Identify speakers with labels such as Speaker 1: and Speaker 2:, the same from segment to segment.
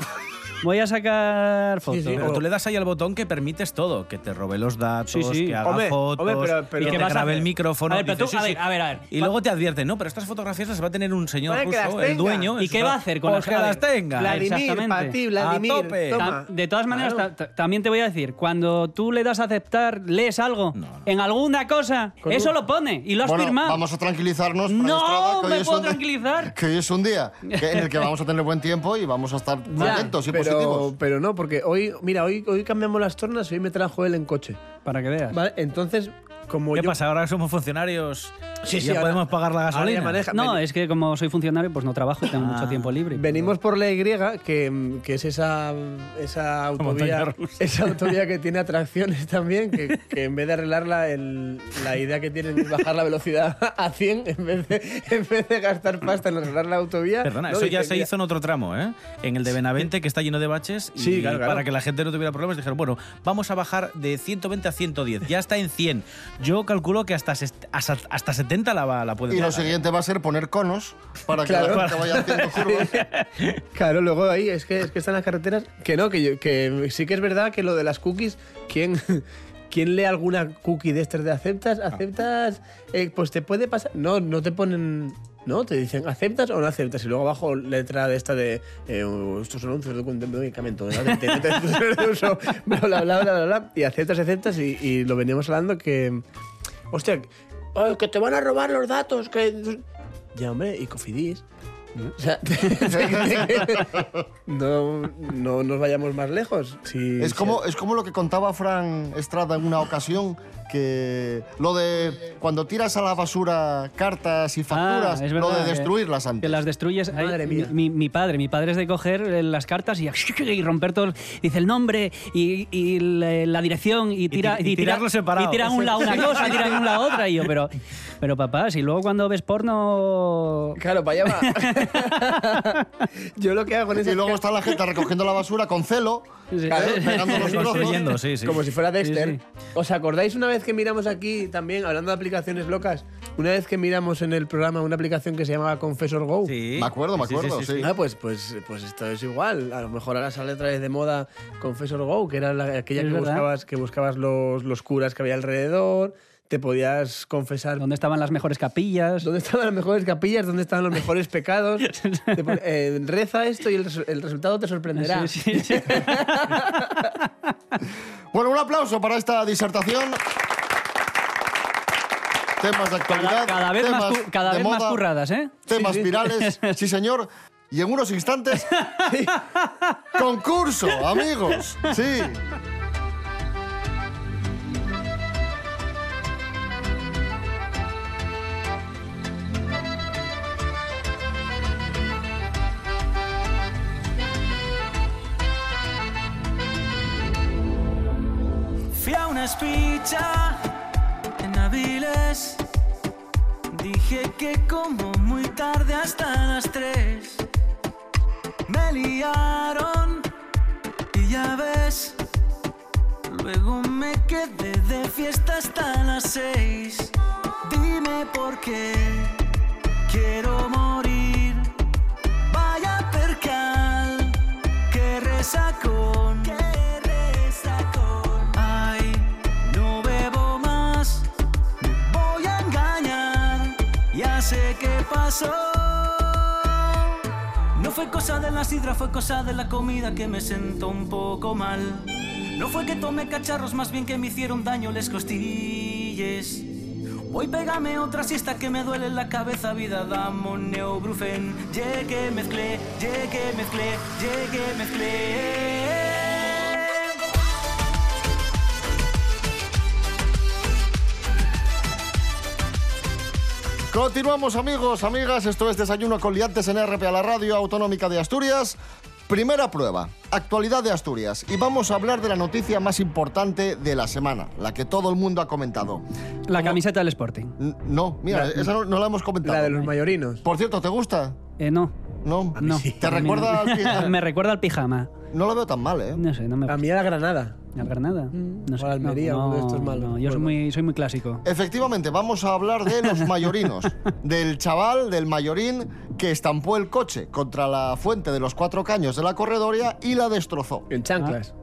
Speaker 1: Voy a sacar fotos.
Speaker 2: sí,
Speaker 3: Pero
Speaker 2: o-
Speaker 3: tú le das ahí al botón que permites todo, que te robe los datos,
Speaker 1: Sí, sí.
Speaker 3: que haga
Speaker 2: Hombre,
Speaker 3: fotos,
Speaker 2: hombre, pero- pero-
Speaker 3: y que
Speaker 2: ¿Qué
Speaker 3: te
Speaker 2: vas a
Speaker 3: grabe
Speaker 2: hacer?
Speaker 3: el micrófono.
Speaker 1: A ver, pero
Speaker 3: dices,
Speaker 1: tú- a ver, a ver, a ver.
Speaker 3: Y luego te advierte, no, pero estas fotografías las va a tener un señor
Speaker 2: Vale, que
Speaker 3: ruso,
Speaker 2: las
Speaker 3: el
Speaker 2: tenga.
Speaker 3: dueño.
Speaker 1: ¿Y
Speaker 3: en
Speaker 1: qué
Speaker 3: su-
Speaker 1: va a hacer con
Speaker 3: pues
Speaker 1: las- a ver,
Speaker 3: que las tenga.
Speaker 2: Vladimir,
Speaker 1: exactamente.
Speaker 2: para ti, Vladimir,
Speaker 3: A tope.
Speaker 2: toma.
Speaker 1: Tam- de todas maneras, ta- ta- también te voy a decir, cuando tú le das a aceptar, lees algo
Speaker 3: No, no.
Speaker 1: en alguna cosa,
Speaker 2: Con
Speaker 1: eso
Speaker 2: un-
Speaker 1: lo pone y lo has
Speaker 4: Bueno,
Speaker 1: firmado.
Speaker 4: vamos a tranquilizarnos. Fran
Speaker 1: No,
Speaker 4: Estrada, que hoy
Speaker 1: me
Speaker 4: es
Speaker 1: puedo
Speaker 4: un día-
Speaker 1: tranquilizar.
Speaker 4: Que hoy es un día que- en el que vamos a tener buen tiempo y vamos a estar
Speaker 1: Ya,
Speaker 4: contentos y positivos.
Speaker 2: Pero, pero no, porque hoy, mira, hoy, hoy cambiamos las tornas y hoy me trajo él en coche.
Speaker 1: Para que veas.
Speaker 2: ¿Vale? Entonces, como
Speaker 3: ¿Qué
Speaker 2: yo...
Speaker 3: pasa? Ahora somos funcionarios
Speaker 2: Sí,
Speaker 3: y
Speaker 2: sí,
Speaker 3: ya
Speaker 2: ahora-
Speaker 3: podemos pagar la
Speaker 2: ahora ya
Speaker 3: gasolina.
Speaker 2: maneja- Ah,
Speaker 1: No, es que como soy funcionario, pues no trabajo, tengo mucho tiempo libre.
Speaker 2: Venimos por la Y, que, mm, que es esa, esa,
Speaker 3: montaña
Speaker 2: autovía,
Speaker 3: rusa.
Speaker 2: esa autovía que tiene atracciones también, que, que en vez de arreglarla, el- la idea que tienen es bajar la velocidad a 100 en vez de, en vez de gastar pasta en arreglar la autovía.
Speaker 3: Perdona,
Speaker 2: ¿no?
Speaker 3: eso ya
Speaker 2: Dicen,
Speaker 3: se
Speaker 2: "Mira,
Speaker 3: hizo en otro tramo, ¿eh? En el de Benavente, que está lleno de baches. Y
Speaker 2: Sí, claro, claro.
Speaker 3: para que la gente no tuviera problemas, dijeron, bueno, vamos a bajar de 120 a 110. Ya está en 100. Yo calculo que hasta, ses- hasta, hasta 70 la, va- la pueden
Speaker 4: Y lo
Speaker 3: bajar.
Speaker 4: siguiente va a ser poner conos para que
Speaker 2: Claro.
Speaker 4: la gente vaya haciendo curvas.
Speaker 2: Claro, luego ahí es que, es que están las carreteras. Que no, que, yo- que sí que es verdad que lo de las cookies, ¿quién, quién lee alguna cookie de estas de aceptas? ¿Aceptas? Eh, pues te puede pasar. No, no te ponen. No, te dicen aceptas o no aceptas. Y luego abajo letra de esta de eh, estos anuncios de un de un medicamento. ¿verdad? De- de- de- de uso, Bla, bla, bla, bla, bla, bla. Y aceptas, aceptas. Y, y lo veníamos hablando que. Hostia, ay, que te van a robar los datos. Que... Ya, hombre, y cofidis. O sea, no, no nos vayamos más lejos. Si-
Speaker 4: Es
Speaker 2: si-
Speaker 4: como, es como lo que contaba Fran Estrada en una ocasión, que lo de cuando tiras a la basura cartas y facturas,
Speaker 1: Ah, es
Speaker 4: lo
Speaker 1: verdad,
Speaker 4: de
Speaker 1: que-
Speaker 4: destruirlas antes.
Speaker 1: Que las destruyes. Ay,
Speaker 2: Madre
Speaker 1: mi-
Speaker 2: mía.
Speaker 1: Mi, mi padre, mi padre es de coger eh, las cartas y, y romper todo. el- Dice el nombre y, y eh, la, la dirección y, tira,
Speaker 5: ti- y tirarlo separado.
Speaker 1: Y tira un lado una cosa, tira un lado otra. Y yo, pero, pero papá, si luego cuando ves porno.
Speaker 2: Claro, para allá va. Yo lo que hago en
Speaker 4: Y
Speaker 2: esas
Speaker 4: luego está la gente recogiendo la basura con celo,
Speaker 1: Sí.
Speaker 4: ¿eh? pegando los
Speaker 5: Construyendo,
Speaker 4: trozos.
Speaker 5: sí, sí.
Speaker 2: Como si fuera Dexter.
Speaker 1: Sí,
Speaker 2: ¿Os acordáis una vez que miramos aquí también, hablando de aplicaciones locas, una vez que miramos en el programa una aplicación que se llamaba Confessor Go?
Speaker 5: Sí.
Speaker 4: Me acuerdo, me
Speaker 5: Sí, sí,
Speaker 4: acuerdo, sí.
Speaker 2: Ah, pues, pues, pues esto es igual. A lo mejor ahora sale otra vez de moda Confessor Go, que era la- aquella
Speaker 1: Es
Speaker 2: que
Speaker 1: verdad.
Speaker 2: buscabas, que buscabas los, los curas que había alrededor, te podías confesar
Speaker 1: ¿Dónde estaban las mejores capillas?
Speaker 2: ¿Dónde estaban las mejores capillas? ¿Dónde estaban los mejores pecados? Te pon- eh, reza esto y el, resu- el resultado te sorprenderá.
Speaker 1: Sí, sí, sí.
Speaker 4: Bueno, un aplauso para esta disertación. Temas de actualidad,
Speaker 1: Cada, cada vez,
Speaker 4: temas
Speaker 1: más, cu- cada
Speaker 4: de
Speaker 1: vez más
Speaker 4: moda,
Speaker 1: curradas, ¿eh?
Speaker 4: temas virales, sí señor. Y en unos instantes, concurso, amigos. Sí.
Speaker 3: Fui a una espicha en Aviles. Dije que como muy tarde hasta las tres. Me liaron y ya ves. Luego me quedé de fiesta hasta las seis. Dime por qué quiero morir. Vaya percal, que resacón. Ay, no bebo más, me voy a engañar. Ya sé qué pasó. No fue cosa de la sidra, fue cosa de la comida que me sentó un poco mal. No fue que tomé cacharros, más bien que me hicieron daño las costillas. Hoy pégame otra siesta que me duele la cabeza, vida, damos neobrufen. Llegué, mezclé, llegué, mezclé, llegué, mezclé.
Speaker 4: Continuamos amigos, amigas, esto es Desayuno con Liantes en RP a la Radio Autonómica de Asturias. Primera prueba, actualidad de Asturias. Y vamos a hablar de la noticia más importante de la semana, la que todo el mundo ha comentado.
Speaker 1: La camiseta del Sporting.
Speaker 4: N- no, mira,
Speaker 2: La-
Speaker 4: esa no, no la hemos comentado.
Speaker 2: La de los mayorinos.
Speaker 4: Por cierto, ¿te gusta?
Speaker 1: Eh, no.
Speaker 4: No,
Speaker 1: No.
Speaker 4: ¿Te recuerda al pi-
Speaker 1: me recuerda al pijama.
Speaker 4: No lo veo tan mal, ¿eh?
Speaker 1: No sé, no me
Speaker 2: A mí era Granada.
Speaker 1: Al Granada.
Speaker 4: Mm,
Speaker 1: No sé.
Speaker 2: o al Almería,
Speaker 1: no,
Speaker 2: uno de estos malos.
Speaker 1: no, yo soy
Speaker 2: Bueno.
Speaker 1: muy, soy muy clásico.
Speaker 4: Efectivamente, vamos a hablar de los mayorinos, del chaval, del mayorín que estampó el coche contra la fuente de los cuatro caños de la corredoria y la destrozó.
Speaker 2: En chanclas.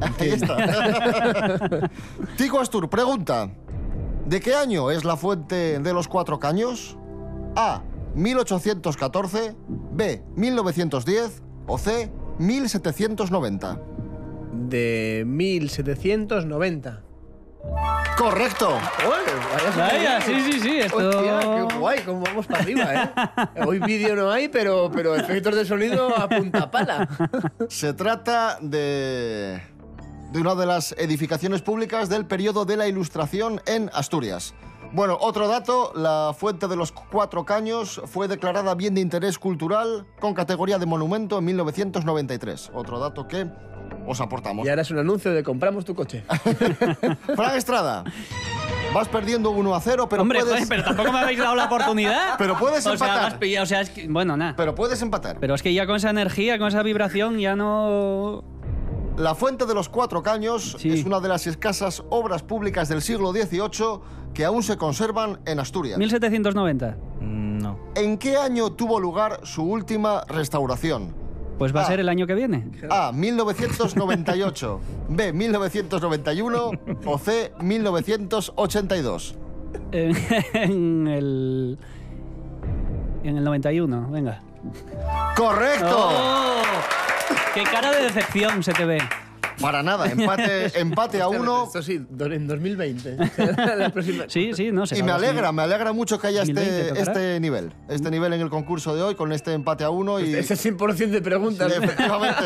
Speaker 1: Ah.
Speaker 4: Ahí está. Tico Astur pregunta: ¿De qué año es la fuente de los cuatro caños? A. 1814, B. 1910 o C. 1790.
Speaker 2: De 1790.
Speaker 4: Correcto.
Speaker 1: Vaya, sí, sí, sí. Esto...
Speaker 2: Hostia, qué guay, cómo vamos para arriba, ¿eh? Hoy vídeo no hay, pero, pero efectos de sonido a punta pala.
Speaker 4: Se trata de de una de las edificaciones públicas del periodo de la Ilustración en Asturias. Bueno, otro dato, la fuente de los cuatro caños fue declarada bien de interés cultural con categoría de monumento en 1993. Otro dato que os aportamos.
Speaker 2: Y ahora es un anuncio de compramos tu coche.
Speaker 4: Fran Estrada, vas perdiendo 1 a 0, pero,
Speaker 1: Hombre,
Speaker 4: puedes,
Speaker 1: joder, pero tampoco me habéis dado la oportunidad.
Speaker 4: Pero puedes
Speaker 1: o Sea,
Speaker 4: empatar.
Speaker 1: me has pillado, o sea, es que- bueno, nada.
Speaker 4: pero
Speaker 1: Pero,
Speaker 4: puedes empatar.
Speaker 1: es que ya con esa energía, con esa vibración, ya no.
Speaker 4: La Fuente de los Cuatro Caños
Speaker 1: Sí.
Speaker 4: es una de las escasas obras públicas del siglo XVIII que aún se conservan en Asturias.
Speaker 1: 1790.
Speaker 5: Mm, No.
Speaker 4: ¿En qué año tuvo lugar su última restauración?
Speaker 1: Pues va
Speaker 4: Ah.
Speaker 1: a ser el año que viene.
Speaker 4: A. 1998. B. 1991. O C. 1982.
Speaker 1: En, en el. En el 91, venga.
Speaker 4: ¡Correcto!
Speaker 1: ¡Oh! ¡Qué cara de decepción se te ve!
Speaker 4: Para nada, empate, empate a
Speaker 2: Este
Speaker 4: uno.
Speaker 2: Esto sí, do- en 2020. La próxima-
Speaker 1: Sí, sí, no sé.
Speaker 4: Y me
Speaker 1: algo así.
Speaker 4: alegra, me alegra mucho que haya
Speaker 1: 2020
Speaker 4: este,
Speaker 1: tocará.
Speaker 4: este nivel. Este nivel en el concurso de hoy, con este empate a uno y.
Speaker 2: Ese 100% de preguntas.
Speaker 4: Efectivamente.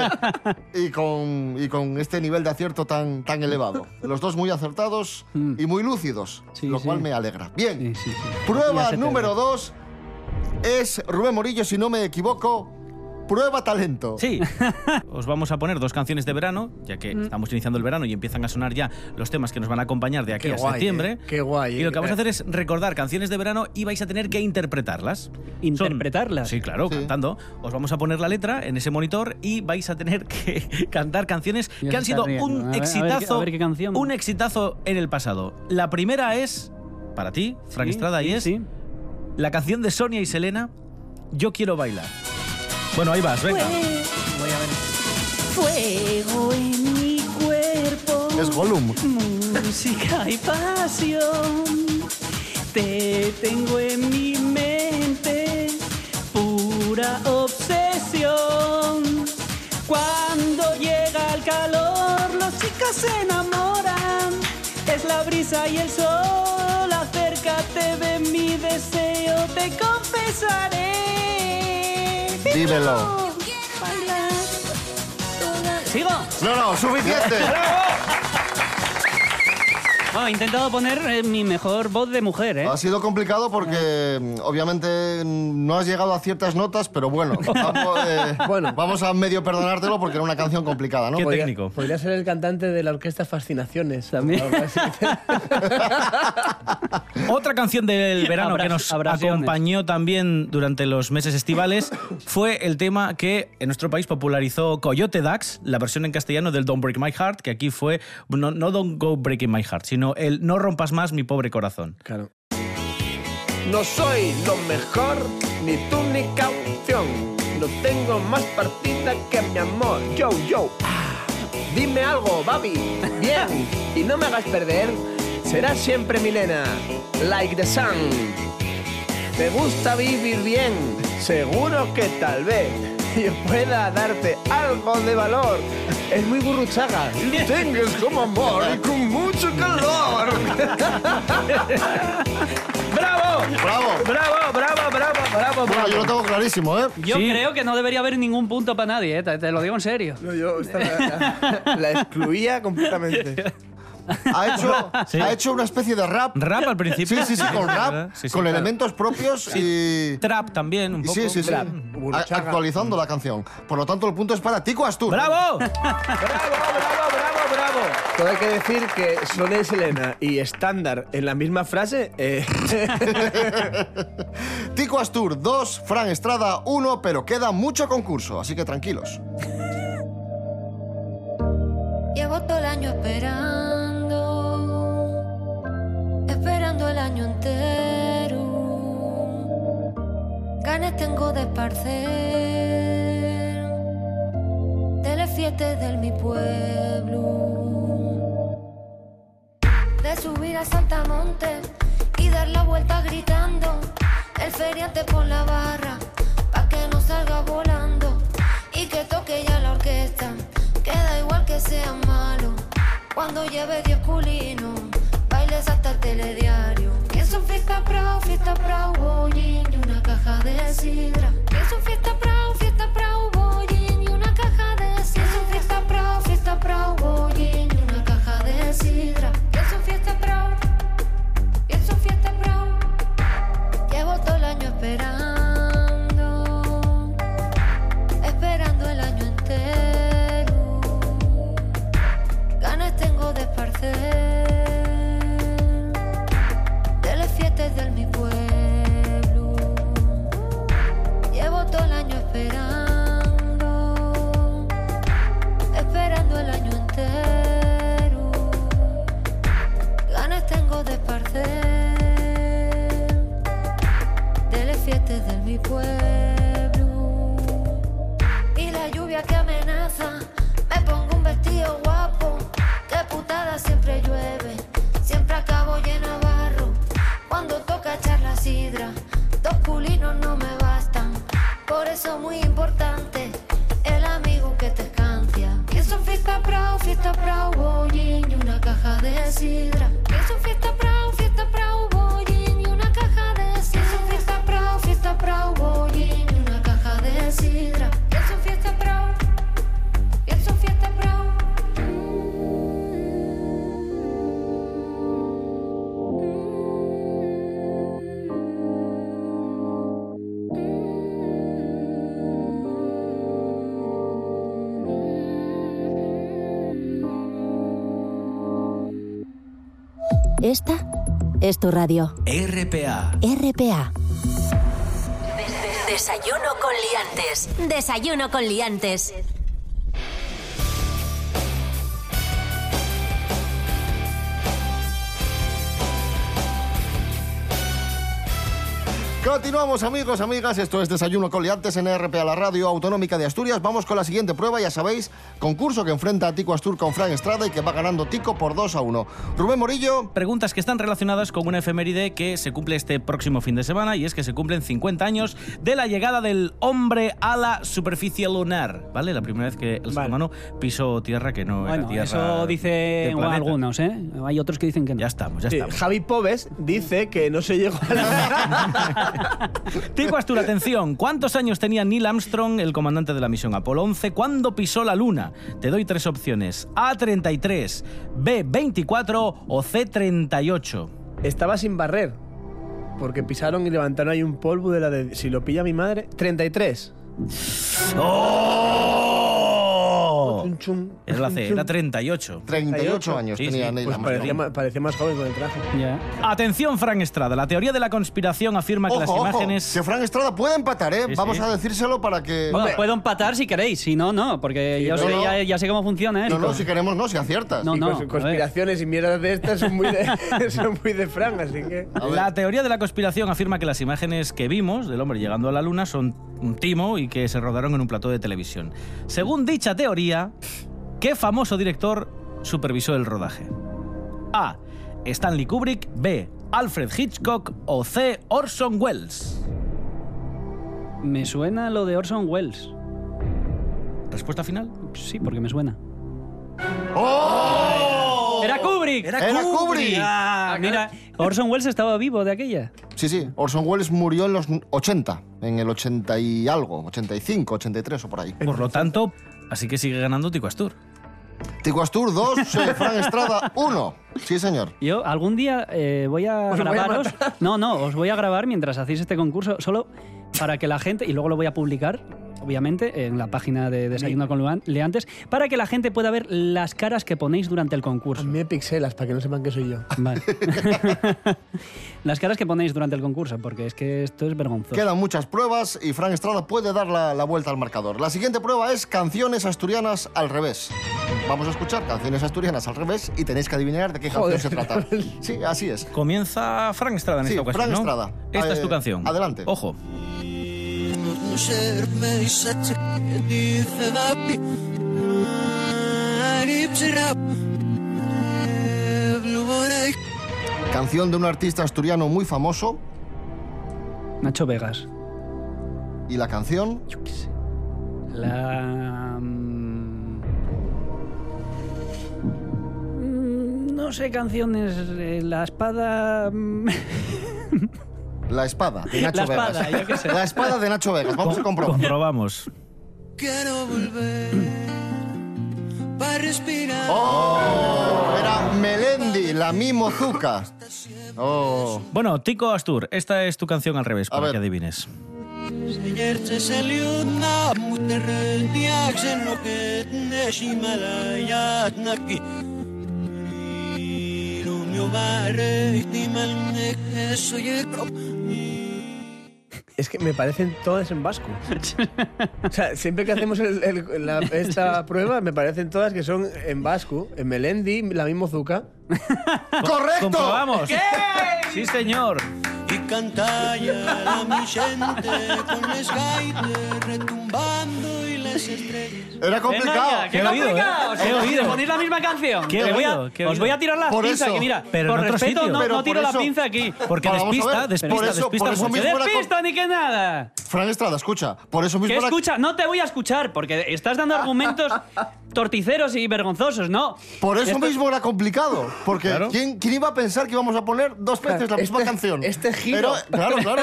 Speaker 4: Y con, y con este nivel de acierto tan, tan elevado. Los dos muy acertados y muy lúcidos,
Speaker 1: Sí,
Speaker 4: lo
Speaker 1: sí.
Speaker 4: cual me alegra. Bien,
Speaker 1: Sí, sí, sí. Ya
Speaker 4: prueba
Speaker 1: se
Speaker 4: número
Speaker 1: perdió.
Speaker 4: dos es Rubén Morillo, si no me equivoco, prueba talento.
Speaker 3: Sí. Os vamos a poner dos canciones de verano, ya que
Speaker 1: Mm.
Speaker 3: estamos iniciando el verano y empiezan a sonar ya los temas que nos van a acompañar de aquí
Speaker 2: Qué
Speaker 3: a
Speaker 2: guay,
Speaker 3: septiembre.
Speaker 2: eh. Qué guay,
Speaker 3: Y
Speaker 2: eh.
Speaker 3: lo que vamos a hacer es recordar canciones de verano y vais a tener que interpretarlas. Son-
Speaker 1: ¿Interpretarlas?
Speaker 3: sí, claro,
Speaker 4: Sí.
Speaker 3: cantando. Os vamos a poner la letra en ese monitor y vais a tener que cantar canciones
Speaker 1: Ya
Speaker 3: que
Speaker 1: se
Speaker 3: han
Speaker 1: está
Speaker 3: sido
Speaker 1: riendo. A ver-
Speaker 3: un
Speaker 1: a ver qué-
Speaker 3: exitazo.
Speaker 1: a ver qué canción.
Speaker 3: Un exitazo en el pasado. La primera es para ti, Frank
Speaker 1: Sí,
Speaker 3: Estrada, y
Speaker 1: sí,
Speaker 3: es
Speaker 1: sí.
Speaker 3: la canción de Sonia y Selena, Yo quiero bailar. Bueno, ahí vas, venga.
Speaker 6: Fuego en mi cuerpo.
Speaker 4: Es Gollum.
Speaker 1: Música y pasión, te tengo en mi mente, pura obsesión. Cuando llega el calor, los chicos se enamoran. Es la brisa y el sol, acércate de mi deseo, te confesaré.
Speaker 4: Dímelo.
Speaker 1: ¿Sigo?
Speaker 4: No, no, suficiente.
Speaker 1: Bueno, he intentado poner eh, mi mejor voz de mujer, ¿eh?
Speaker 4: Ha sido complicado porque mm, obviamente mm, no has llegado a ciertas notas, pero bueno, tampoco, eh,
Speaker 2: Bueno.
Speaker 4: vamos a medio perdonártelo porque era una canción complicada, ¿no?
Speaker 3: ¿Qué
Speaker 2: Podría-
Speaker 3: técnico?
Speaker 2: Podría ser el cantante de la orquesta Fascinaciones.
Speaker 1: También.
Speaker 2: Algo así.
Speaker 3: Otra canción del verano
Speaker 1: Abra-
Speaker 3: que nos
Speaker 1: abraciones.
Speaker 3: acompañó también durante los meses estivales fue el tema que en nuestro país popularizó Coyote Dax, la versión en castellano del Don't Break My Heart, que aquí fue no, no Don't Go Breaking My Heart, sino el No rompas más mi pobre corazón.
Speaker 2: Claro. No soy lo mejor ni tu única opción. No tengo más partida que mi amor. Yo, yo. Ah, Dime algo, Babi. Bien. Y no me hagas perder. Será siempre Milena. Like the sun. Me gusta vivir bien. Seguro que tal vez yo pueda darte algo de valor. Es muy burruchaga. Tengas como amor y con mucho calor. ¡Bravo!
Speaker 4: Bravo.
Speaker 2: Bravo, bravo, bravo, bravo,
Speaker 4: Bueno, yo lo
Speaker 2: bravo.
Speaker 4: tengo clarísimo, ¿eh?
Speaker 1: Yo creo que no debería haber ningún punto para nadie, ¿eh? te, te lo digo en serio.
Speaker 2: No, yo esta la, la- la excluía completamente.
Speaker 4: Ha hecho,
Speaker 3: Sí.
Speaker 4: ha hecho una especie de rap.
Speaker 3: Rap al principio.
Speaker 4: Sí, sí, sí, con rap,
Speaker 3: Sí, sí,
Speaker 4: con
Speaker 3: claro.
Speaker 4: elementos propios y...
Speaker 3: Trap también, un
Speaker 4: y
Speaker 3: poco.
Speaker 4: Sí, sí, sí.
Speaker 2: Trap,
Speaker 4: A-
Speaker 2: burruchaga.
Speaker 4: Actualizando la canción. Por lo tanto, el punto es para Tico Astur.
Speaker 3: ¡Bravo! ¡Bravo, bravo, bravo, bravo!
Speaker 2: Todo hay que decir que Sonia y Selena y estándar en la misma frase. eh,
Speaker 4: Tico Astur 2, Fran Estrada 1, pero queda mucho concurso, así que tranquilos.
Speaker 7: Llevo todo el año esperando, esperando el año entero. Ganas tengo de esparcer de las fiestas de mi pueblo. De subir a Saltamonte y dar la vuelta gritando. El feriante por la barra, pa' que no salga volando. Y que toque ya la orquesta, queda igual que sea malo. Cuando lleve 10 culinos, bailes hasta el telediario. Pienso en fiesta pro, fiesta pro, bollín y una caja de sidra. Pienso en fiesta pro, fiesta pro, bollín y una caja de sidra. Pienso en fiesta pro, fiesta pro, bollín y una caja de sidra. Pienso en fiesta pro, pienso en fiesta pro. Llevo todo el año esperando, esperando el año entero. Ganas tengo de esparcer de las fiestas de mi pueblo. Llevo todo el año esperando, esperando el año entero. Ganas tengo de esparcer de las fiestas de mi pueblo. Y la lluvia que amenaza, me pongo un vestido guapo. Qué putada siempre llueve, siempre acabo lleno de barro. Cuando toca echar la sidra, dos culinos no me bastan. Por eso muy importante, el amigo que te cantia. Pienso en fiesta pro, fiesta sidra. Pienso en fiesta prao, fiesta prao, bollín y una caja de sidra. Pienso en fiesta prao, fiesta prao, bollín y una caja de sidra. Pienso en fiesta prao, pienso en fiesta prao.
Speaker 8: Esta es tu radio.
Speaker 3: RPA.
Speaker 8: RPA. Desayuno con liantes. Desayuno con liantes.
Speaker 4: Continuamos amigos, amigas, esto es Desayuno con Liantes en RPA, la radio autonómica de Asturias. Vamos con la siguiente prueba, ya sabéis, concurso que enfrenta a Tico Astur con Fran Estrada y que va ganando Tico por 2 a 1. Rubén Morillo,
Speaker 3: Preguntas que están relacionadas con una efeméride que se cumple este próximo fin de semana y es que se cumplen 50 años de la llegada del hombre a la superficie lunar, ¿vale? La primera vez que el ser
Speaker 1: Vale.
Speaker 3: humano pisó tierra que no era
Speaker 1: Bueno,
Speaker 3: tierra.
Speaker 1: eso
Speaker 3: del
Speaker 1: dicen
Speaker 3: planeta.
Speaker 1: algunos, ¿eh? Hay otros que dicen que no.
Speaker 3: Ya estamos, ya
Speaker 2: Sí,
Speaker 3: estamos.
Speaker 2: Javi Pobes dice que no se llegó a la...
Speaker 3: Tico Astur, atención. ¿Cuántos años tenía Neil Armstrong, el comandante de la misión Apolo 11, cuando pisó la Luna? Te doy tres opciones. A, 33, B, 24 o C, 38.
Speaker 2: Estaba sin barrer. Porque pisaron y levantaron ahí un polvo de la de... Si lo pilla mi madre... 33.
Speaker 3: ¡Oh!
Speaker 2: Chun, chun,
Speaker 3: Era la
Speaker 2: chun,
Speaker 3: C,
Speaker 2: chun.
Speaker 3: era 38.
Speaker 4: 38 años
Speaker 3: Sí,
Speaker 4: tenía
Speaker 3: sí,
Speaker 4: Neil
Speaker 2: Pues parecía,
Speaker 4: Armstrong.
Speaker 2: ma- parecía más joven con el traje.
Speaker 1: Ya.
Speaker 3: Atención, Frank Estrada. La teoría de la conspiración afirma que las
Speaker 4: Ojo, ojo,
Speaker 3: imágenes.
Speaker 4: que Fran Estrada puede empatar, ¿eh?
Speaker 3: Sí,
Speaker 4: Vamos
Speaker 3: sí.
Speaker 4: a decírselo para que...
Speaker 1: Bueno, puedo empatar si queréis, si no, no, porque yo
Speaker 4: no,
Speaker 1: sé-
Speaker 4: no.
Speaker 1: Ya, ya sé cómo funciona
Speaker 4: No,
Speaker 1: esto.
Speaker 4: no, si queremos no, si aciertas.
Speaker 1: No,
Speaker 2: Y
Speaker 1: no,
Speaker 2: cons-
Speaker 1: a ver.
Speaker 2: conspiraciones y mierdas de estas son muy de, son muy de Fran, así que...
Speaker 4: A ver.
Speaker 3: La teoría de la conspiración afirma que las imágenes que vimos del hombre llegando a la luna son un timo y que se rodaron en un plató de televisión. Según dicha teoría, ¿qué famoso director supervisó el rodaje? A. Stanley Kubrick, B. Alfred Hitchcock o C. Orson Welles.
Speaker 1: Me suena lo de Orson Welles.
Speaker 3: Respuesta final.
Speaker 1: Sí, porque me suena.
Speaker 4: ¡Oh!
Speaker 1: ¡Era Kubrick!
Speaker 4: Era Kubrick.
Speaker 1: Ah, mira, Orson Welles estaba vivo de aquella.
Speaker 4: Sí, sí, Orson Welles murió en los 80, en el 80 y algo, 85, 83 o por ahí.
Speaker 3: Por lo tanto, así que sigue ganando Tico Astur.
Speaker 4: Tico Astur 2, eh, Fran Estrada 1. Sí, señor.
Speaker 1: Yo algún día eh, voy a
Speaker 2: voy a
Speaker 1: grabaros. no, no, os voy a grabar mientras hacéis este concurso, solo para que la gente, y luego lo voy a publicar, obviamente, en la página de Desayuno con Luan- Leantes, para que la gente pueda ver las caras que ponéis durante
Speaker 2: A
Speaker 1: el concurso.
Speaker 2: mí me pixelas para que no sepan que soy yo.
Speaker 1: Vale. las caras que ponéis durante el concurso, porque es que esto es vergonzoso.
Speaker 4: Quedan muchas pruebas y Fran Estrada puede dar la, la vuelta al marcador. La siguiente prueba es canciones asturianas al revés. Vamos a escuchar canciones asturianas al revés y tenéis que adivinar de qué canción
Speaker 2: Joder.
Speaker 4: se trata. Sí, así es.
Speaker 3: Comienza Frank Estrada en
Speaker 4: Sí,
Speaker 3: esta ocasión.
Speaker 4: Frank
Speaker 3: ¿no?
Speaker 4: Estrada.
Speaker 3: Esta es
Speaker 4: Eh,
Speaker 3: tu canción.
Speaker 4: adelante.
Speaker 3: Ojo.
Speaker 6: Ser me dice que dice la pi- Aripsira. Blue Borek.
Speaker 4: Canción de un artista asturiano muy famoso
Speaker 1: Nacho Vegas.
Speaker 4: y la canción...
Speaker 1: La. mm, No sé canciones. eh, La espada. mm,
Speaker 4: La espada de Nacho
Speaker 1: La espada,
Speaker 4: Vegas.
Speaker 1: yo qué sé.
Speaker 4: La espada de Nacho Vegas. Vamos a comprobar.
Speaker 3: Comprobamos.
Speaker 6: Quiero volver para respirar.
Speaker 4: ¡Oh! Era Melendi, la Mimozuka. ¡Oh!
Speaker 3: Bueno, Tico Astur, esta es tu canción al revés,
Speaker 4: A
Speaker 3: para
Speaker 4: ver.
Speaker 3: que adivines.
Speaker 6: Ayer te salió una mujer de acción lo que tenés y malaya aquí. Lo mío barre y dime el que soy el cop.
Speaker 2: Es que me parecen todas en vasco. O sea, siempre que hacemos el- el- la- esta prueba, me parecen todas que son en vasco, en Melendi, la misma Zuka.
Speaker 4: ¡Correcto!
Speaker 3: ¡Comprobamos! Sí, señor.
Speaker 6: Y cantalla a mi gente con les gaites retumbando y las estrellas.
Speaker 4: Era complicado.
Speaker 1: Venga, qué
Speaker 3: Qué oído,
Speaker 1: complicado.
Speaker 3: ¿eh?
Speaker 1: Si
Speaker 3: Qué
Speaker 1: me
Speaker 3: oído.
Speaker 1: ponéis la misma canción.
Speaker 3: Qué
Speaker 1: Te voy a-
Speaker 3: oído, qué
Speaker 1: os
Speaker 3: oído.
Speaker 1: voy a tirar las
Speaker 4: Por
Speaker 1: pinzas
Speaker 4: eso.
Speaker 1: aquí, mira.
Speaker 3: Pero en
Speaker 1: por
Speaker 3: otro
Speaker 1: respeto,
Speaker 3: sitio.
Speaker 1: no,
Speaker 4: Pero
Speaker 1: no
Speaker 4: por
Speaker 1: tiro la
Speaker 4: eso-
Speaker 1: pinza aquí.
Speaker 3: Porque
Speaker 4: Vamos a
Speaker 3: despista,
Speaker 4: ver,
Speaker 3: despista,
Speaker 4: por eso-
Speaker 3: despista
Speaker 4: por eso
Speaker 3: mucho.
Speaker 4: mismo-
Speaker 1: ¡Despista, ni que nada!
Speaker 4: Fran Estrada, escucha. Por eso mismo.
Speaker 1: Que
Speaker 4: la-
Speaker 1: escucha, no te voy a escuchar porque estás dando argumentos torticeros y vergonzosos, ¿no?
Speaker 4: Por eso
Speaker 1: Esto-
Speaker 4: mismo era complicado. Porque
Speaker 2: Claro.
Speaker 4: ¿quién, quién iba a pensar que íbamos a poner dos veces la misma
Speaker 2: este-
Speaker 4: canción?
Speaker 2: este giro.
Speaker 4: Pero- claro, claro.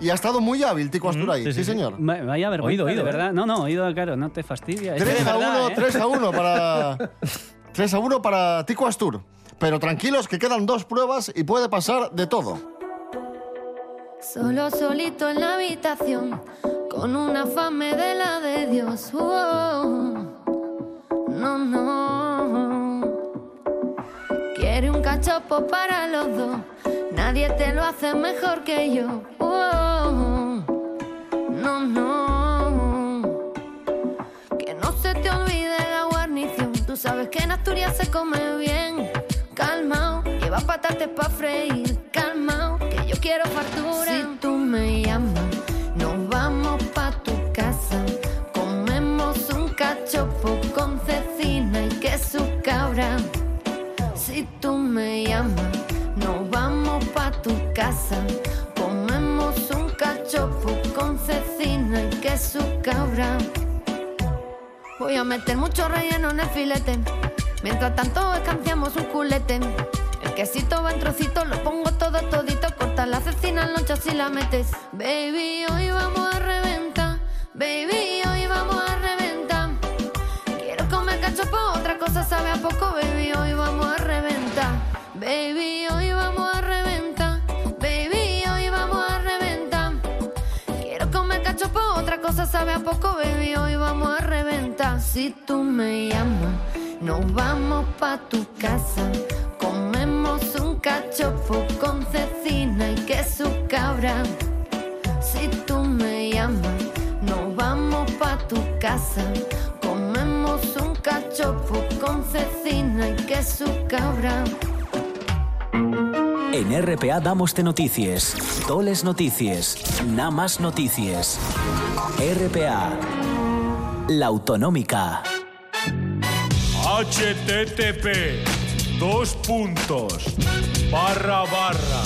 Speaker 4: Y ha estado muy hábil Tico Asturias.
Speaker 3: sí,
Speaker 4: sí,
Speaker 3: sí, sí.
Speaker 4: señor.
Speaker 1: Ma- Vaya vergüenza,
Speaker 3: Oído,
Speaker 1: de
Speaker 3: oído, ¿eh?
Speaker 1: verdad. No, no, oído, claro, no te fastidia. Es
Speaker 4: 3
Speaker 1: de
Speaker 4: a
Speaker 1: verdad,
Speaker 4: 1,
Speaker 1: ¿eh?
Speaker 4: 3 a 1 para. 3 a 1 para Tico Astur. Pero tranquilos que quedan dos pruebas y puede pasar de todo.
Speaker 7: Solo solito en la habitación, con una fame de la de Dios. Oh, no, no. Quiere un cachopo para los dos, nadie te lo hace mejor que yo. Oh, no, no. Que no se te olvide la guarnición, tú sabes que en Asturias se come bien. Calmao, lleva patates pa' freír. Calmao, que yo quiero fartura. Si tú me llamas, nos vamos pa' tu casa. Comemos un cachopo con cecina y queso cabra. Si tú me llamas, nos vamos pa' tu casa. Comemos un cachopo con cecina y queso cabra. Voy a meter mucho relleno en el filete. Mientras tanto escanciamos un culete. El quesito va en trocitos, lo pongo todo todito. Cortas la cecina en lonchas y la metes. Baby, hoy vamos a reventar. Baby, hoy vamos a reventar. Quiero comer cachopo, otra cosa sabe a poco. Baby, hoy vamos a reventar. Baby, hoy vamos a reventar. Baby, hoy vamos a reventar. Quiero comer cachopo, otra cosa sabe a poco, baby, hoy vamos a reventar. Si tú me llamas, nos vamos pa' tu casa. Comemos un cachopo con cecina y queso cabra. Si tú me llamas, nos vamos pa' tu casa. Comemos un cachopo con cecina y queso cabra.
Speaker 9: En RPA damos te noticias, toles noticias, nada más noticias. RPA, la autonómica.
Speaker 10: HTTP, dos puntos, barra barra,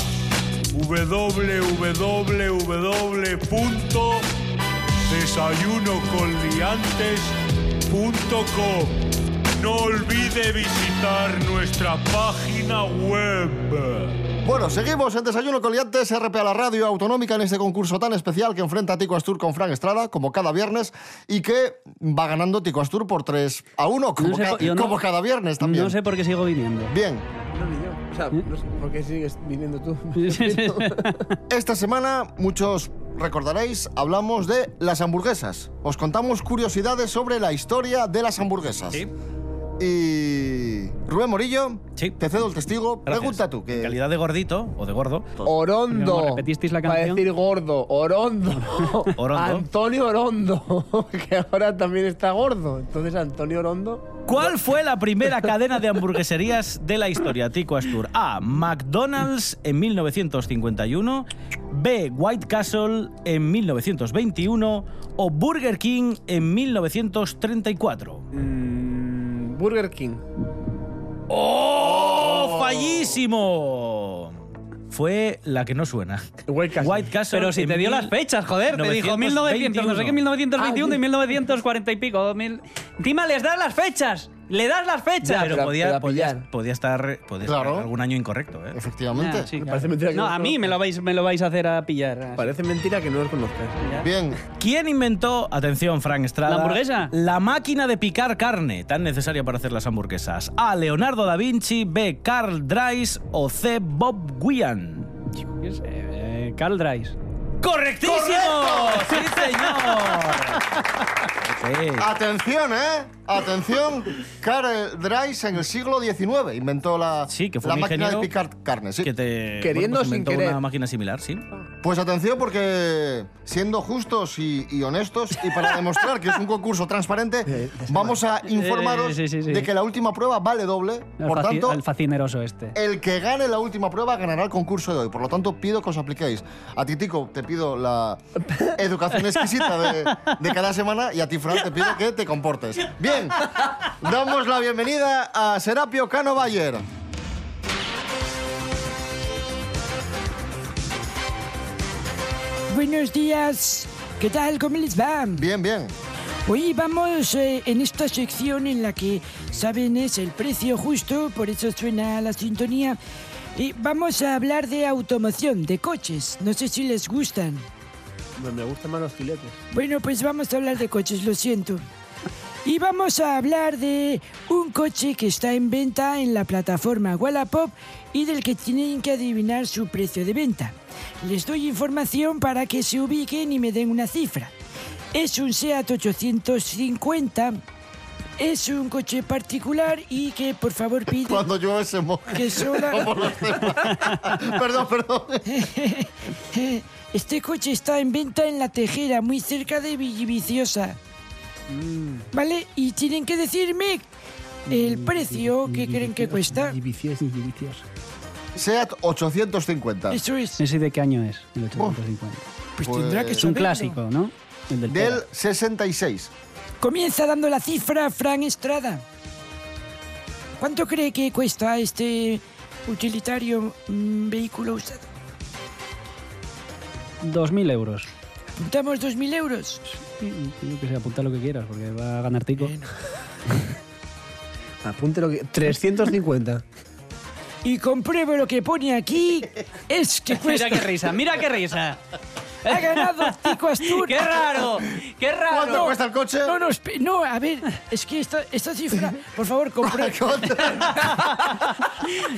Speaker 10: www.desayunoconliantes.com. No olvide visitar nuestra página web.
Speaker 4: Bueno, seguimos en Desayuno Coliantes, RP a la radio autonómica en este concurso tan especial que enfrenta a Tico Astur con Frank Estrada, como cada viernes, y que va ganando Tico Astur por 3 a 1, como,
Speaker 1: No sé
Speaker 4: ca-
Speaker 1: por- yo no-
Speaker 4: como cada viernes también.
Speaker 1: No sé por qué sigo viniendo.
Speaker 4: Bien,
Speaker 2: No, ni yo. O sea,
Speaker 1: ¿Mm?
Speaker 2: no sé por qué sigues viniendo tú.
Speaker 4: esta semana muchos recordaréis, hablamos de las hamburguesas. Os contamos curiosidades sobre la historia de las hamburguesas.
Speaker 3: Sí.
Speaker 4: Y Rubén Morillo,
Speaker 3: Sí.
Speaker 4: te cedo el testigo.
Speaker 3: Gracias.
Speaker 4: Pregunta tú. Que...
Speaker 3: En calidad de gordito o de gordo.
Speaker 2: Orondo.
Speaker 1: Como repetisteis la
Speaker 2: Para
Speaker 1: canción.
Speaker 2: decir gordo. Orondo.
Speaker 3: Orondo.
Speaker 2: Antonio Orondo. Que ahora también está gordo. Entonces, Antonio Orondo.
Speaker 3: ¿Cuál fue la primera cadena de hamburgueserías de la historia, Tico Astur? A. McDonald's en 1951. B. White Castle en 1921. O Burger King en 1934.
Speaker 2: mm, Burger King.
Speaker 3: ¡Oh! ¡Fallísimo! Fue la que no suena.
Speaker 2: White Castle.
Speaker 3: White Castle
Speaker 1: Pero si
Speaker 3: en
Speaker 1: te dio
Speaker 3: mil-
Speaker 1: las fechas, joder, te dijo 1900, no sé qué, 1921 y 1940 y pico. mil- Encima les das las fechas, le das las fechas.
Speaker 2: Ya, Te
Speaker 3: Pero
Speaker 2: la- te
Speaker 3: podía,
Speaker 2: la
Speaker 3: podía,
Speaker 2: pillar.
Speaker 3: podía estar, podía
Speaker 4: Claro.
Speaker 3: estar algún año incorrecto, ¿eh?
Speaker 4: Efectivamente.
Speaker 1: Ah, sí, claro.
Speaker 2: parece mentira que
Speaker 1: no,
Speaker 2: no-
Speaker 1: a mí me lo vais, me lo vais a hacer a pillar. así.
Speaker 2: Parece mentira que no los conozcas.
Speaker 4: Bien,
Speaker 3: ¿Quién inventó, atención, Frank Estrada,
Speaker 1: ¿La hamburguesa?
Speaker 3: La máquina de picar carne, tan necesaria para hacer las hamburguesas. A. Leonardo da Vinci, B. Carl Dreis o C. Bob Guian.
Speaker 1: Yo sé, eh, Carl Dreis.
Speaker 3: ¡Correctísimo!
Speaker 1: Oh,
Speaker 3: ¡Sí, señor! Sí.
Speaker 4: Atención, ¿eh? Atención. Karel Dreis en el siglo XIX inventó la,
Speaker 3: Sí, que fue
Speaker 4: la
Speaker 3: un
Speaker 4: máquina de
Speaker 3: ingeniero
Speaker 4: picar carne. sí.
Speaker 3: Que te,
Speaker 2: Queriendo
Speaker 3: bueno, pues
Speaker 2: sin
Speaker 3: inventó
Speaker 2: querer.
Speaker 3: una máquina similar, sí.
Speaker 4: Pues atención porque siendo justos y, y honestos y para demostrar que es un concurso transparente, vamos a informaros
Speaker 1: Eh, sí, sí, sí.
Speaker 4: de que la última prueba vale doble.
Speaker 1: El,
Speaker 4: Por
Speaker 1: faci-
Speaker 4: tanto,
Speaker 1: el facineroso este.
Speaker 4: el que gane la última prueba ganará el concurso de hoy. Por lo tanto, pido que os apliquéis. A ti, Tico, te pido la educación exquisita de, de cada semana y a ti, Fran, te pido que te comportes. Bien, damos la bienvenida a Serapio Cano Bayer.
Speaker 11: buenos días. ¿Qué tal? ¿Cómo les va?
Speaker 4: Bien, bien.
Speaker 11: Hoy vamos eh, en esta sección en la que, saben, es el precio justo, por eso suena la sintonía. Y vamos a hablar de automoción, de coches. No sé si les gustan.
Speaker 2: Me- Me gustan más los filetes.
Speaker 11: Bueno, pues vamos a hablar de coches, lo siento. Y vamos a hablar de un coche que está en venta en la plataforma Wallapop y del que tienen que adivinar su precio de venta. Les doy información para que se ubiquen y me den una cifra. Es un SEAT 850, es un coche particular y que por favor pide
Speaker 4: Cuando llueve se moja.
Speaker 11: que solo...
Speaker 4: perdón, perdón.
Speaker 11: Este coche está en venta en La Tejera, muy cerca de Villaviciosa.
Speaker 1: Mm.
Speaker 11: ¿Vale? Y tienen que decirme el precio que creen que cuesta.
Speaker 2: Y vicios, y vicios.
Speaker 4: Seat 850.
Speaker 11: Eso es.
Speaker 1: ¿Ese de qué año es? El 850.
Speaker 11: Pues
Speaker 4: Pues-
Speaker 11: tendrá que
Speaker 1: Es un
Speaker 11: saberlo.
Speaker 1: clásico, ¿no? El del,
Speaker 4: Del
Speaker 1: Pera.
Speaker 4: 66.
Speaker 11: Comienza dando la cifra Fran Estrada. ¿Cuánto cree que cuesta este utilitario mm, vehículo usado?
Speaker 1: 2.000 euros.
Speaker 11: Apuntamos 2.000 euros.
Speaker 1: Yo que sé, apunta lo que quieras, porque va a ganar tico.
Speaker 2: Apunte lo que. 350.
Speaker 11: Y compruebo lo que pone aquí. Es que
Speaker 1: Mira
Speaker 11: cuesta.
Speaker 1: qué risa, mira qué risa.
Speaker 11: Ha ganado Tico Astur.
Speaker 1: ¡Qué raro! ¡Qué raro!
Speaker 4: ¿Cuánto cuesta el coche?
Speaker 11: No, no, espe- no, a ver, es que esta, esta cifra, por favor, compruebe.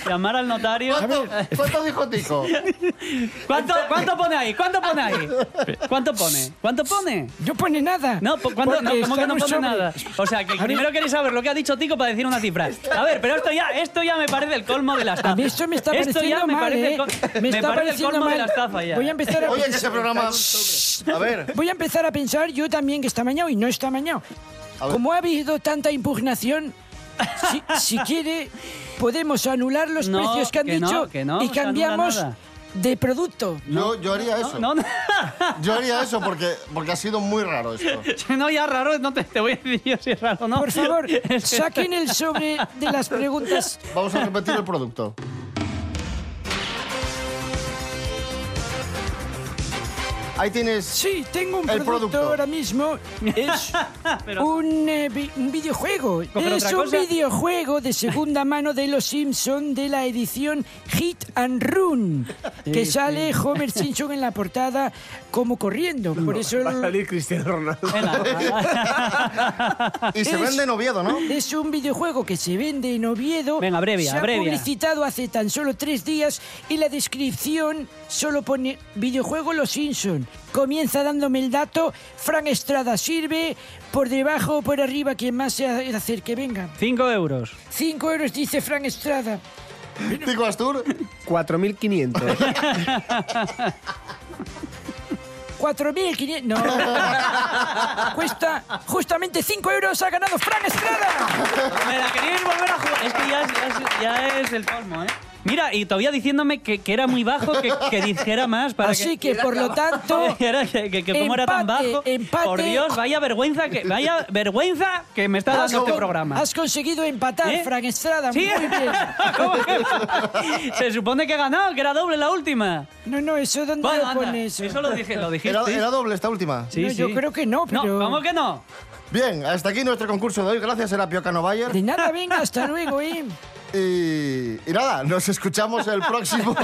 Speaker 1: Llamar al notario.
Speaker 4: ¿Cuánto, cuánto dijo Tico?
Speaker 1: ¿Cuánto, ¿Cuánto pone ahí? ¿Cuánto pone ahí? ¿Cuánto pone? ¿Cuánto pone?
Speaker 11: No pone nada.
Speaker 1: No, po- ¿cuánto, no,
Speaker 11: Porque
Speaker 1: ¿cómo que no
Speaker 11: estamos
Speaker 1: pone
Speaker 11: sobre-
Speaker 1: nada? O sea, que primero queréis saber lo que ha dicho Tico para decir una cifra. A ver, pero esto ya, esto ya me parece el colmo de la estafa.
Speaker 11: A mí esto me está
Speaker 1: Esto
Speaker 11: pareciendo
Speaker 1: ya me
Speaker 11: mal,
Speaker 1: parece,
Speaker 11: ¿eh?
Speaker 1: el co-
Speaker 11: Me
Speaker 1: me parece
Speaker 11: está
Speaker 1: el
Speaker 11: pareciendo
Speaker 1: colmo de la
Speaker 11: mal.
Speaker 1: estafa ya.
Speaker 11: Voy a empezar a
Speaker 4: Oye, que ese
Speaker 11: pensar.
Speaker 4: programa. A ver,
Speaker 11: Voy a empezar a pensar yo también que está mañado y no está mañado.
Speaker 4: A ver.
Speaker 11: Como ha habido tanta impugnación, si, si quiere, podemos anular los
Speaker 1: No,
Speaker 11: precios que han
Speaker 1: que no,
Speaker 11: dicho
Speaker 1: que no,
Speaker 11: y
Speaker 1: se anula
Speaker 11: cambiamos
Speaker 1: nada.
Speaker 11: de producto.
Speaker 4: yo, yo haría eso.
Speaker 1: No, no,
Speaker 4: Yo haría eso porque, porque ha sido muy raro esto.
Speaker 1: no, ya raro, no te, te voy a decir yo si es raro o no.
Speaker 11: Por favor, saquen el sobre de las preguntas.
Speaker 4: Vamos a repetir el producto. Ahí tienes.
Speaker 11: Sí, tengo un
Speaker 4: El producto.
Speaker 11: ahora mismo. Es
Speaker 1: Pero-
Speaker 11: un, eh, vi- un videojuego.
Speaker 1: Coger
Speaker 11: es
Speaker 1: otra
Speaker 11: un
Speaker 1: cosa.
Speaker 11: videojuego de segunda mano de Los Simpson de la edición Hit and Run, que sale Homer Simpson en la portada como corriendo. Por eso
Speaker 2: Va a salir Cristiano Ronaldo.
Speaker 4: Y se
Speaker 11: es-
Speaker 4: vende en Oviedo, ¿no?
Speaker 11: es un videojuego que se vende en Oviedo.
Speaker 1: Venga, abrevia,
Speaker 11: Se ha
Speaker 1: abrevia.
Speaker 11: publicitado hace tan solo tres días y la descripción solo pone videojuego Los Simpson. Comienza dándome el dato. Fran Estrada sirve. Por debajo o por arriba, quien más se hacer que venga.
Speaker 1: 5 euros.
Speaker 11: Cinco euros dice Fran Estrada.
Speaker 4: Tico Astur.
Speaker 2: 4.500.
Speaker 11: 4.500. No. Cuesta justamente 5 euros. Ha ganado Fran Estrada.
Speaker 1: Mira, queréis volver a jugar. Es que ya es, ya es- ya es el colmo, ¿eh? Mira, y todavía diciéndome que, que era muy bajo, que, que dijera más para
Speaker 11: Así que, por lo tanto.
Speaker 1: Era que, que- que como era tan
Speaker 11: Empate,
Speaker 1: bajo.
Speaker 11: empate.
Speaker 1: Por Dios, vaya vergüenza que vaya vergüenza que me está dando este
Speaker 11: con-
Speaker 1: programa.
Speaker 11: has conseguido empatar,
Speaker 1: ¿Eh?
Speaker 11: Fran Estrada.
Speaker 1: Sí.
Speaker 11: Muy bien.
Speaker 1: ¿Cómo que- Se supone que he ganado, que era doble la última.
Speaker 11: No, no, eso dónde
Speaker 1: Bueno,
Speaker 11: lo
Speaker 1: anda,
Speaker 11: pones.
Speaker 1: eso lo dije, lo dijiste.
Speaker 4: Era, era doble esta última.
Speaker 1: Sí,
Speaker 11: No, yo
Speaker 1: sí.
Speaker 11: creo que no, pero-
Speaker 1: No, ¿cómo que no?
Speaker 4: Bien, hasta aquí nuestro concurso de hoy. Gracias, Serapio Cano Bayer.
Speaker 11: De nada, venga, hasta luego, ¿eh?
Speaker 4: Y, y nada, nos escuchamos el próximo,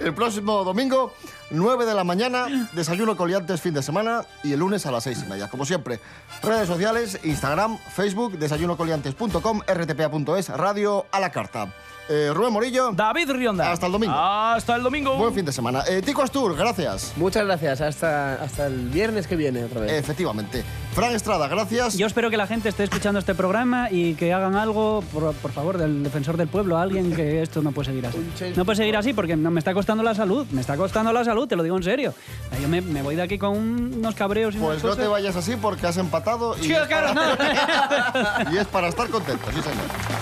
Speaker 4: el próximo domingo, 9 de la mañana, desayuno coliantes fin de semana y el lunes a las 6 y media. Como siempre, redes sociales, Instagram, Facebook, desayunocoliantes.com, rtpa.es, radio a la carta. Eh, Rubén Morillo,
Speaker 3: David Rionda.
Speaker 4: Hasta el domingo.
Speaker 3: Hasta el domingo.
Speaker 4: buen fin de semana. Eh, Tico Astur, gracias.
Speaker 2: Muchas gracias. Hasta, hasta el viernes que viene otra vez.
Speaker 4: Efectivamente. Fran Estrada, gracias.
Speaker 1: Yo espero que la gente esté escuchando este programa y que hagan algo, por, por favor, del defensor del pueblo, alguien que esto no puede seguir así. No puede seguir así porque no, me está costando la salud, me está costando la salud, te lo digo en serio. Yo me, me voy de aquí con un- unos cabreos y unas
Speaker 4: Pues no te
Speaker 1: cosas.
Speaker 4: vayas así porque has empatado y,
Speaker 1: Sí,
Speaker 4: es,
Speaker 1: claro, no.
Speaker 4: y es para estar contento, sí señor.